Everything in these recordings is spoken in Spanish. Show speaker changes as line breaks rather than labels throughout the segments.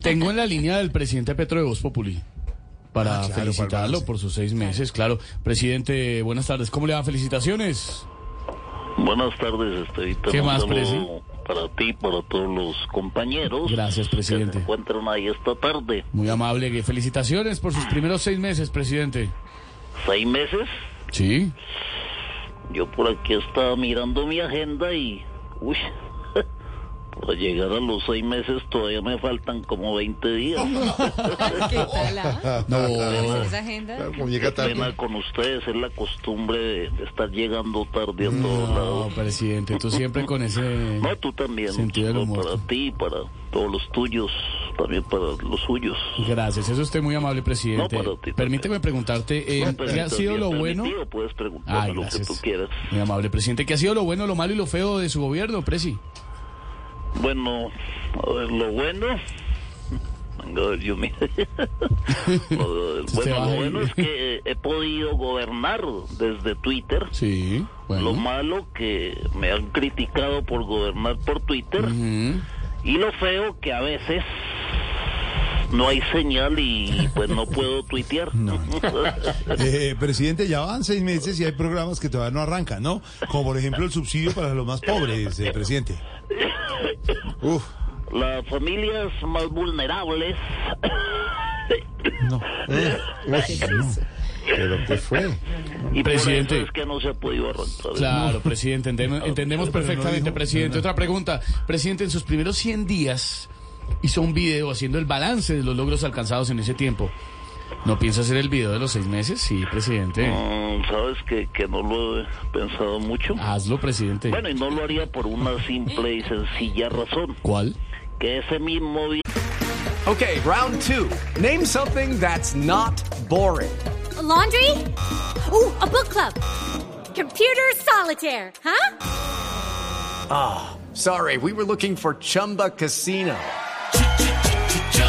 Tengo en la línea del presidente Petro de Voz Populi para
Ah, claro,
felicitarlo
Barbarosa.
por sus seis meses, claro. Presidente, buenas tardes. ¿Cómo le va? Felicitaciones.
Buenas tardes, este, Estevita.
¿Qué
Un
más,
saludo
Presi?
Para ti, para todos los compañeros.
Gracias,
Que se
presidente.
encuentran ahí esta tarde.
Muy amable. que Felicitaciones por sus primeros seis meses, presidente.
Seis meses.
Sí.
Yo por aquí estaba mirando mi agenda y. Uy. Para llegar a los seis meses todavía me faltan como 20 días.
¿Qué tal? ah?
No.
¿Esa agenda?
Como llega
Qué pena
tarde.
con ustedes, es la costumbre de, de estar llegando tarde a todos
No,
lados.
presidente, tú siempre con ese...
No, tú también.
Sentido del
Pero
humor.
para ti, para todos los tuyos, también para los suyos.
Gracias, eso usted muy amable, presidente.
No, para ti también.
Permíteme preguntarte, eh,
No,
¿qué ha
permítame,
sido lo bueno?
permitido, Puedes preguntarme
Ay,
lo que
gracias.
tú quieras.
Muy amable, presidente. ¿Qué ha sido lo bueno, lo malo y lo feo de su gobierno, presi?
Bueno, a ver, lo bueno. Venga, a ver, yo me- Lo-
Se
bueno,
va
lo
ahí.
bueno es que eh, he podido gobernar desde Twitter.
Sí,
Lo malo que me han criticado por gobernar por Twitter.
Ujú.
Y lo feo que a veces no hay señal y pues no puedo tuitear.
Eh, presidente, ya van seis meses y hay programas que todavía no arrancan, ¿no? Como por ejemplo el subsidio para los más pobres, eh, presidente. Uf,
Las familias más vulnerables
¿eh? no. ¿Pero qué fue?
y
Presidente.
por eso es que no se ha podido arrancar.
Claro, presidente, entendemos, entendemos
Ah, pero no
perfectamente,
dijo-
presidente.
no, no.
Otra pregunta. Presidente, en sus primeros 100 días hizo un video haciendo el balance de los logros alcanzados en ese tiempo. ¿No piensa hacer el video de los seis meses? Sí, presidente.
Mm, Sabes que, que no lo he pensado mucho.
Ah,
Hazlo, presidente.
Bueno, y no lo haría por una simple y sencilla razón,
¿Cuál?
que ese mismo día
Okay, round two. Name something that's not boring.
laundry? Ooh, a book club. Computer solitaire, huh?
Sorry, we were looking for Chumba Casino.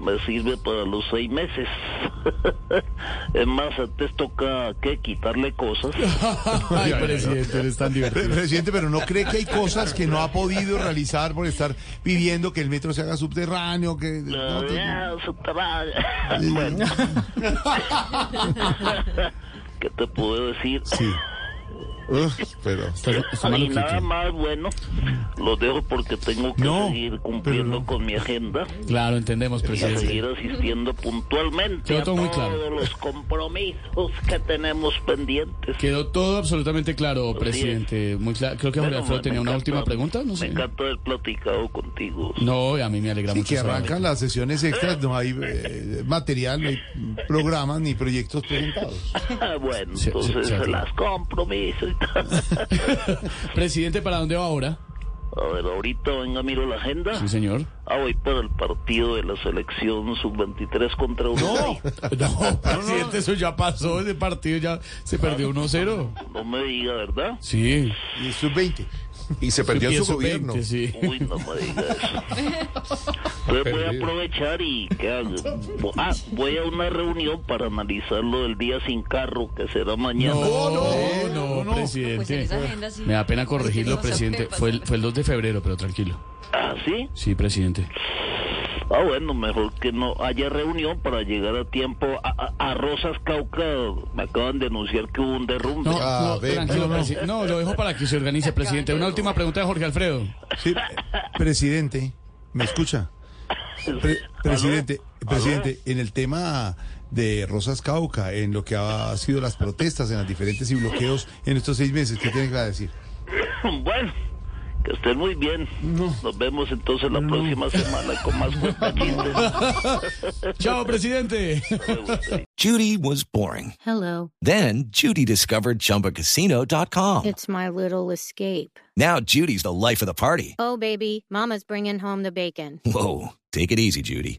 me sirve para los seis meses. es más, antes toca que quitarle cosas.
Ay, presidente, eres tan
Pre-
divertido.
Presidente, pero ¿no cree que hay cosas que no ha podido realizar por estar pidiendo que el metro se haga subterráneo? Que... no,
Ah, su trabajo.
no.
Bueno, ¿qué te puedo decir?
Sí. Uf, pero...
Está- está malo
Y
que-
nada más, bueno, los dejo porque tengo que
No,
seguir
pero
cumpliendo
no.
con mi agenda.
Claro, entendemos,
y a
presidente.
seguir asistiendo puntualmente
Quedó
a
todo muy
todos
claro.
los compromisos que tenemos pendientes.
Quedó todo absolutamente claro,
es.
presidente. Muy claro. Creo que Jorge
Bueno,
Alfredo
me-
tenía
me
una última
encanta-
pregunta, no sé.
Me encanta haber platicado contigo.
No, a mí me alegra
Y
mucho.
que
saber-
arrancan las sesiones extras, no hay eh, material, no hay programas ni proyectos presentados.
Ah, bueno,
Se- se-
entonces
se-
se las compromiso y tal.
Presidente, ¿para dónde va ahora?
A ver, ahorita venga, miro la agenda.
Sí, señor.
Ah, voy para el partido de la selección sub-23 contra Uruguay.
No, presidente, eso ya pasó, ese partido ya se perdió 1-0.
No, me diga, ¿verdad?
Sí. pues
Y sub-20.
Y se perdió
Pienso
su gobierno.
20, sí.
Uy, no me diga eso. Entonces voy a aprovechar y ¿qué hago? Ah, voy a una reunión para analizar lo del día sin carro que será mañana.
No,
no,
no,
no.
Pues en
presidente.
esa agenda sí.
Me da pena corregirlo,
Pues que no se
presidente.
sepa.
Fue el, fue el 2 de febrero, pero tranquilo.
¿Ah, sí?
Sí, presidente.
Ah, bueno, mejor que no haya reunión para llegar a tiempo. A, a- a Rosas Cauca me acaban de anunciar que hubo un derrumbe.
No,
Ah,
no,
ve,
tranquilo,
no, no.
presi- no, lo dejo para que se organice, presidente. Una última pregunta de Jorge Alfredo.
Sí, eh, presidente, ¿me escucha? Pre- presidente, presidente, en el tema de Rosas Cauca, en lo que ha sido las protestas en las diferentes y bloqueos en estos seis meses, ¿qué tiene que decir?
Bueno, Que estén muy bien. Nos vemos entonces la próxima semana con más
Chao, presidente.
cuentachientes.
Judy was boring.
Hello.
Then Judy discovered ChumbaCasino.com.
It's my little escape.
Now Judy's the life of the party.
Oh, baby, Mama's bringing home the bacon.
Whoa, take it easy, Judy.